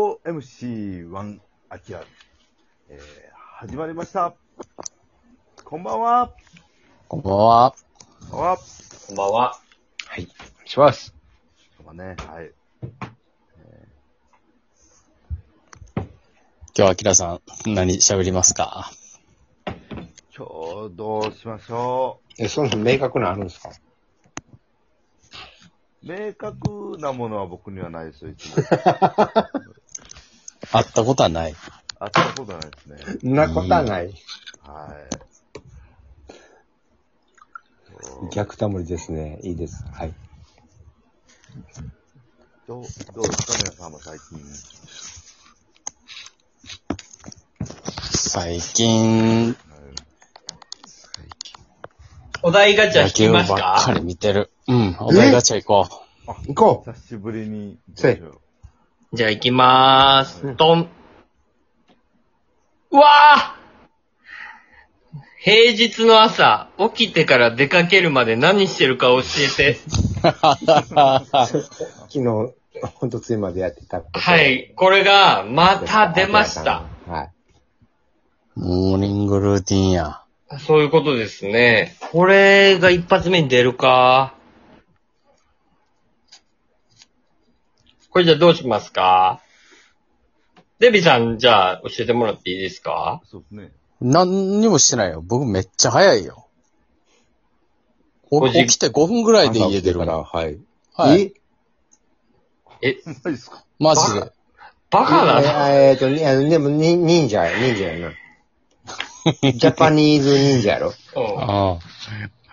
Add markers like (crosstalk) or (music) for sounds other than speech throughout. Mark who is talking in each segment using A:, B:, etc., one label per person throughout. A: 4MC1 秋ある。えー、始まりました。こんばんは。
B: こんばんは。
A: こんばんは。
C: こんばんは。
B: はい。お願いします。
A: こんばんはね。はい。
B: 今日は、アキラさん、何喋りますか
A: 今日どうしましょ
C: え、そんな明確なのあるんですか
A: う。明確なものは僕にはないですよ、いつも。 (laughs)
B: 会ったことはない。
A: あったことないですね。
C: そんなことはない。
A: はい。そう
C: 逆タモリですね。いいです。はい。
A: どう、どうですか、皆さんは最近。
B: 最近、
A: はい
D: お題ガチャ
B: 野
D: 引き
B: 球ば
D: ま
B: っ
D: した
B: かり見てる。うん。お題ガチャ行こ
C: 行こ
A: 久しぶりに。
C: せい
A: どうしよう
D: じゃあ行きまーす。ドン。うわー平日の朝、起きてから出かけるまで何してるか教えて。
B: (laughs)
C: う。昨日、ほんとついまでやってた。
D: はい。これが、また出ました。。
C: はい。
B: う。モーニングルーティンや。
D: そういうことですね。これが一発目に出るか。これじゃあどうしますかデビさん、じゃあ教えてもらっていいですか
A: そうですね。
B: 何にもしてないよ。僕めっちゃ早いよ。お
D: 五時
B: 起きて5分ぐらいで家出る
C: 朝起きてか
B: もん。
C: ら、はい。
B: はい。
C: え
D: え、
A: ないですか
B: マジで。
D: バカだな。
C: えーえーと、にあのでも、に忍者や、忍者や (laughs) な。ジャパニーズ忍者やろ
D: うん
B: ああ。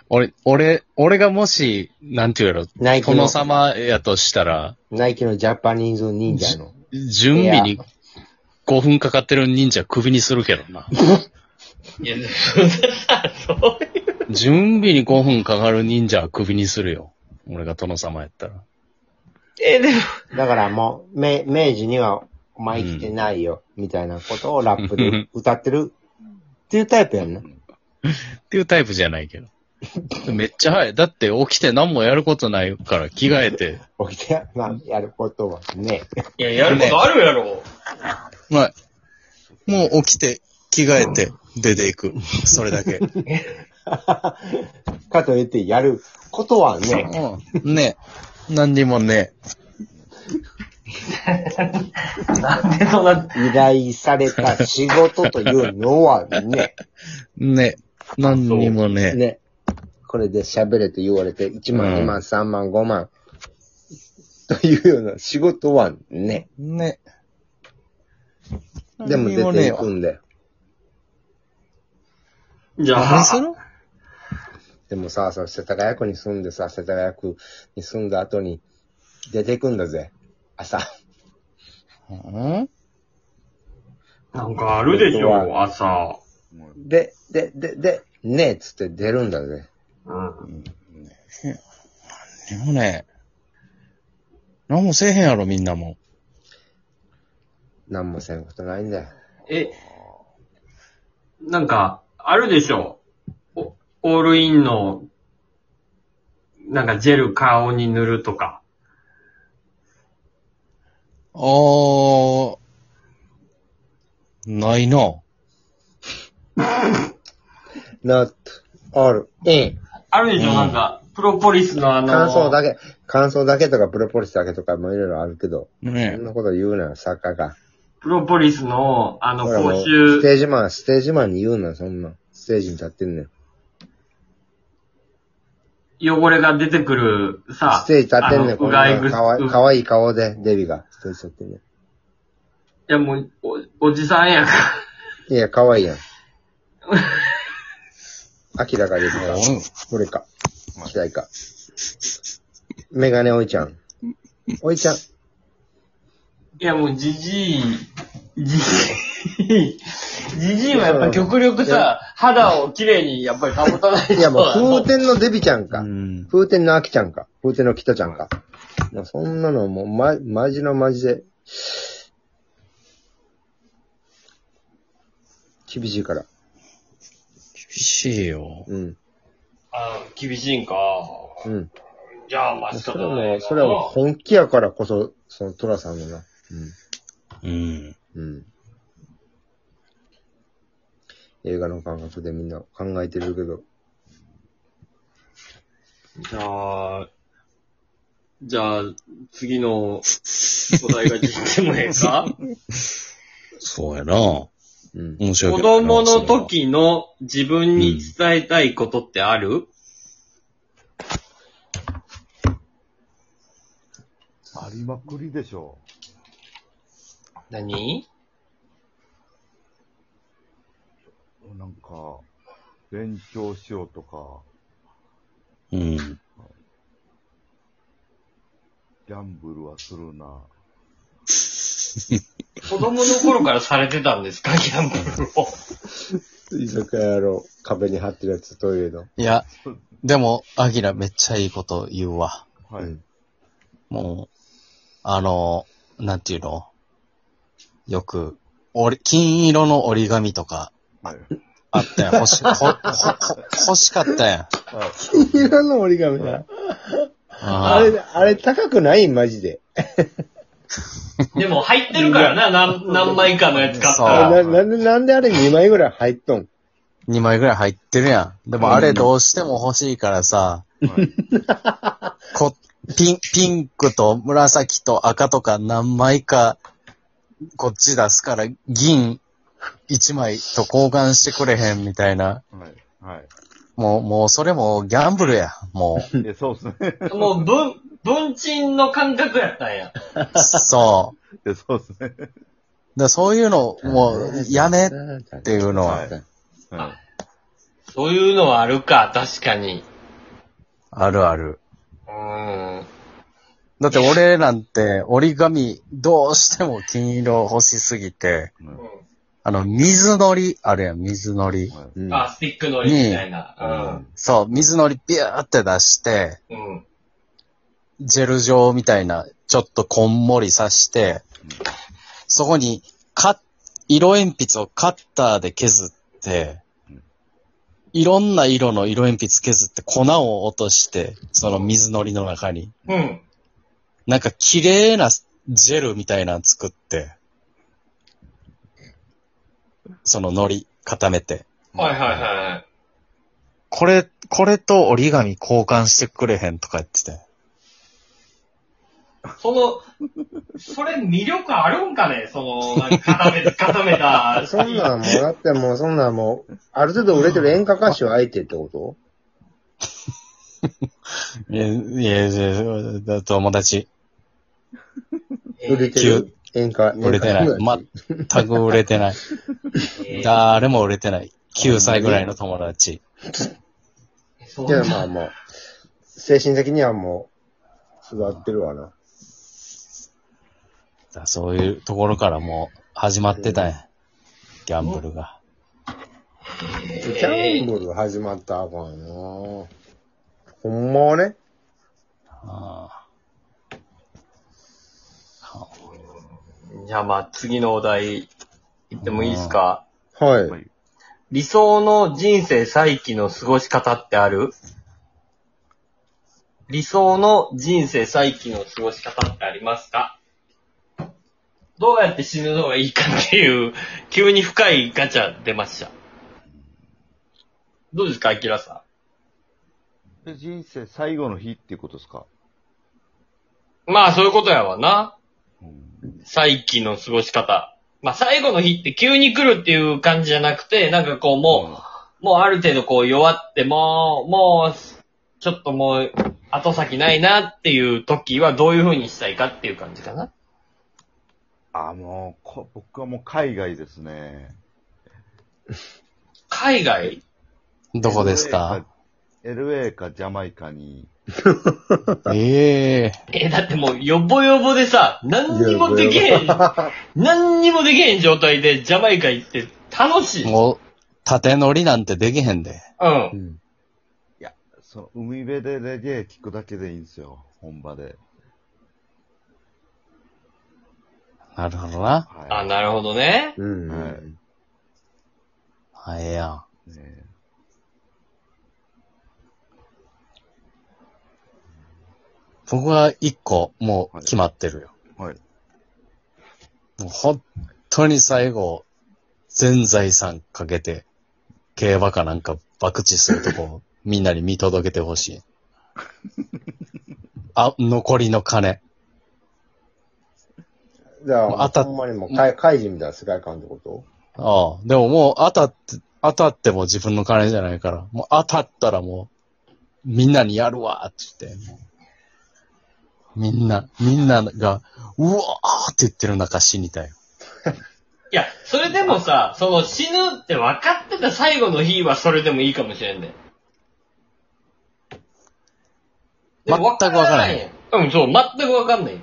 B: 俺、俺、俺がもし、なんていうやろ、
C: ナイキの
B: 殿様やとしたら、
C: ナイキのジャパニーズ忍者の。
B: 準備に5分かかってる忍者首にするけどな。
D: いや、そんなさ、そういう。
B: 準備に5分かかる忍者は首にするよ。俺が殿様やったら。
D: え、でも、
C: だからもう、め明治にはお前来てないよ、みたいなことをラップで歌ってるっていうタイプやんな。
B: っていうタイプじゃないけど。めっちゃ早い。だって起きて何もやることないから着替えて。
C: 起きて、まあ、やることはね。
D: いや、やることあるやろ。
B: まあ、もう起きて着替えて出ていく。それだ (laughs) け。
C: かといって、やることはね。
B: うん。ねえ。何にもね
D: なんでそんな、
C: 依頼された仕事というのはね。
B: え。ねえ。何にも (laughs) ね
C: ね。これで喋れと言われて、1万、
B: うん
C: 2万、3万、5万。というような仕事はね。
B: え。ねえ。
C: で
B: 何
C: も
B: に
C: 出て
B: ね
C: いくんだよ。
D: じゃ
B: 何す
D: あ、
B: る
C: でもさ、その世田谷区に住んでさ、世田谷区に住んだ後に出ていくんだぜ。朝。
B: うん
D: なんかあるでし
C: 本当
D: ょ、朝。
A: もう
C: で、で、で、で、ねえっつって出るんだぜ。
D: うん。
B: でもねえ。何もせえへんやろ、みんなも。
C: なんもせんことないんだよ。
D: え、なんか、あるでしょ。おオールインの、なんかジェル顔に塗るとか。
B: あー、ないな。
C: not all in.
D: あるでしょ、なんか、プロポリスのあの、
C: 感想だけ、感想だけとかプロポリスだけとかもいろいろあるけど、そ
B: ね
C: んなこと言うな、作家が。
D: プロポリスの、あの、
C: ほらもう
D: 講
C: ス
D: 習、
C: テージマン、ステージマンに言うな、そんな。ステージに立ってんねん。
D: 汚れが出てくる、さ、
C: ステージ立ってんね
D: あの
C: ん、こ
D: うんが
C: ない
D: ぐ
C: かわいかわいい顔で、デビが。ステージ立ってんね
D: いや、もう、お、おじさんやから。
C: ん。いや、かわいいや
D: (laughs)
C: ん。アキラが出てた
B: うん。。
C: これか。期待か。メガネおいちゃん。おいちゃん。
D: いや、もう、じじい、じじい、じじいはやっぱ極力さ、肌をきれいにやっぱり保たないと。
C: いや、もう
D: (laughs)
C: 風天のデビちゃん
B: う
C: か。
B: ん。
C: 風天のアキちゃんか。風天のキタちゃんか。もうそんなのもう、ま、マジのマジで。厳しいから。
B: 厳しいよ。
C: うん。
D: あ厳しいんか。
C: うん。
D: じゃあ、まあ、
C: それはもう、それはもう本気やからこそ、そのトラさんのな。うん。
E: うん。
C: うん。映画の感覚でみんな考えてるけど、
D: じゃあ、じゃあ、次のお題が聞いてもええか
E: そうやな。
C: うん。
E: 面白い
D: 子
E: けどな
D: 供の。
E: それは
D: 時の自分に伝えたいことってある、
A: ありまくりでしょ
D: 何
A: う。なんか、勉強しようとか、
E: うん。
A: ギャンブルはするな。
D: 子供の頃からされてたんですかギャンブルを。
C: 居酒屋の壁に貼ってるやつ、トイレの。
B: いや、でも、アキラめっちゃいいこと言うわ。
A: はい。
C: うん
B: もう、あの、なんていうのよく、おり、金色の折り紙とか
A: はい。
B: あったやん。欲し、ほ、ほ、ほ欲しかった
E: (laughs)
B: やん。
A: はい
C: いらんの折り紙だ。あ
B: あ
C: れ、あれ高くないマジで。
D: でも入ってるからな、何何枚かのやつ買った
C: あ
B: あ
D: ら。
C: れな、なんで、なんであれ2枚ぐらい入っとん
B: 2枚ぐらい入ってるやん。でもあれどうしても欲しいからさ、
A: はい。
B: こ、ピン、ピンクと紫と赤とか何枚か、こっち出すから、銀1枚と交換してくれへんみたいな。
A: はい。はい。
B: もう、もうそれもギャンブルや。も
A: え、そうですね。 (laughs)
D: もう文、文鎮の感覚やったんや。
B: (laughs) う、そう。
A: え、そうですね。
B: だからそういうの、もう、やめっていうの
A: は、
B: はい
A: は
D: そういうのはあるか、確かに。
B: あるある。
D: うーん。
B: だって俺なんて、折り紙、どうしても金色欲しすぎて、
A: い。うん
B: あの、水のり、あるやん、水のり。
A: はい
C: うん
D: あ、スティックのりみたいな。
B: そう、水のりビューって出して、
D: うん。うん。
B: ジェル状みたいな、ちょっとこんもり刺して、そこに、か、色鉛筆をカッターで削って
A: うん、
B: いろんな色の色鉛筆削って粉を落として、その水のりの中に。
D: うん。
B: なんか綺麗なジェルみたいなの作って、その糊固めて。
D: はいはいはい。
B: これ、これと折り紙交換してくれへんとか言ってて。
D: その、それ魅力あるんかねその、なんか固
C: (laughs)
D: め、固めた。
C: そんなんもう、だってもうそんなんもう、ある程度売れてる演歌歌手相手ってこと
B: いや、いや、いや友達、
D: え
C: 売れ
D: ー
C: てる演歌。
B: 売れてない。全く売れてない。
D: えー
B: 誰も売れてない。9歳ぐらいの友達。
D: そん
C: いや、
D: な
C: まあもう、精神的にはもう、育ってるわな。
B: だそういうところからもう始まってたんや。ギャンブルが。
C: ギャンブル始まったらあかんな。ほんまはね。
B: ああ
D: じゃあまあ次のお題、言ってもいいですか
C: はい。
A: はい
D: 理想の人生再起の過ごし方ってある理想の人生再起の過ごし方ってありますかどうやって死ぬのがいいかっていう、急に深いガチャ出ました。どうですか、アキラさ
A: で人生最後の日っていうことですか、
D: ん。まあ、そういうことやわな。
A: うん、
D: 再起の過ごし方。まあ、最後の日って急に来るっていう感じじゃなくて、なんかこう、もう、もうある程度こう弱って、もう、もう、ちょっともう、後先ないなっていう時はどういう風にしたいかっていう感じかな。
A: あ、もうこ、僕はもう海外ですね。
D: 海外
B: どこですか
A: ?LA か LA かジャマイカに。
B: ええ
D: え、だってもう、よぼよぼでさ、何にもできへん、 (laughs) 何にもできへん状態でジャマイカ行って楽しい。うん。
B: もう、縦乗りなんてできへんで。
C: うん。
A: その海辺でレゲエ聞くだけでいいんですよ。本場で。
B: なるほどな。
A: はい。
D: あ、なるほどね。
C: うん。
A: はい
B: あええやん。
A: ね
B: 僕は一個、もう決まってるよ。
A: はい。
B: もう本当に最後、全財産かけて、競馬かなんか博打するとこをみんなに見届けてほしい。あ、残りの金。
C: じゃあ、
B: あた
C: ほんまにもう、かい怪人みたいな世界観ってこと
B: ああ、でももう当たって、当たっても自分の金じゃないから、もう当たったらもう、みんなにやるわって言って、もうみんな、みんなが、うわーって言ってる中死にたい。
D: いや、それでもさ、その死ぬって分かってた最後の日はそれでもいいかもしれんね。でも
B: 全く分からへん
D: 分からへん。うん、そう、全く分かんない。
B: 全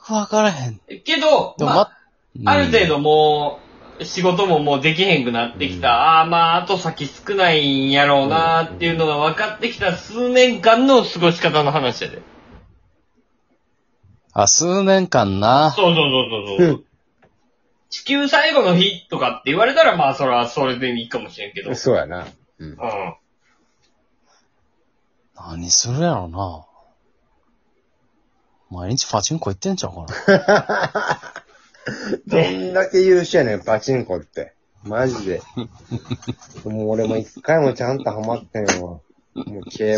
B: くわからへん。
D: けど、
B: でも、
D: まあ
B: ま
D: ある程
B: うん
D: 度もう、仕事ももうできへんくなってきた。
B: うん
D: ああ、まあ、あと先少ないんやろうなーっていうのが分かってきた数年間の過ごし方の話やで。
B: あ、数年間な。
D: (laughs) そうそうそうそうそう。地球最後の日とかって言われたら、まあ、それはそれでいいかもしれんけど。うん。
C: そうやな。
D: (laughs)
B: 何するやろな。毎日パチンコ行ってんちゃうかな。
C: どんだけ優秀やねん、パチンコって。マジで。もう俺も一回もちゃんとハマってんわ。もう競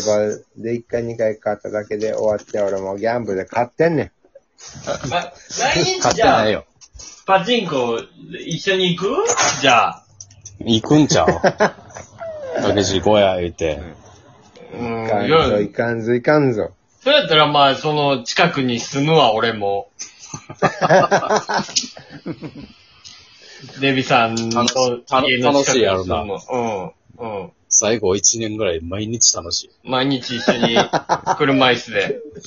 C: 馬で一回二回買っただけで終わって、俺もうギャンブルで買ってんねん。
D: ま毎日
B: 買っ
D: じ
B: て
D: ゃ
B: ない
D: あ、
B: よ。
D: パチンコ一緒に行くじゃあ。
B: 行くんちゃう竹尻小屋言うて。
D: うん。
C: い
D: い
C: かんぞ、
D: や
C: いかんぞ、いかんぞ。
D: そうやったら、まあ、その近くに住むわ、俺
B: (laughs)
D: も。デビさんの
B: 楽し楽
D: 家の近くに
B: 楽しいやろな
D: 住む。うん。うん。
B: 最後1年ぐらい毎日楽しい。
D: 毎日一緒に車椅子で。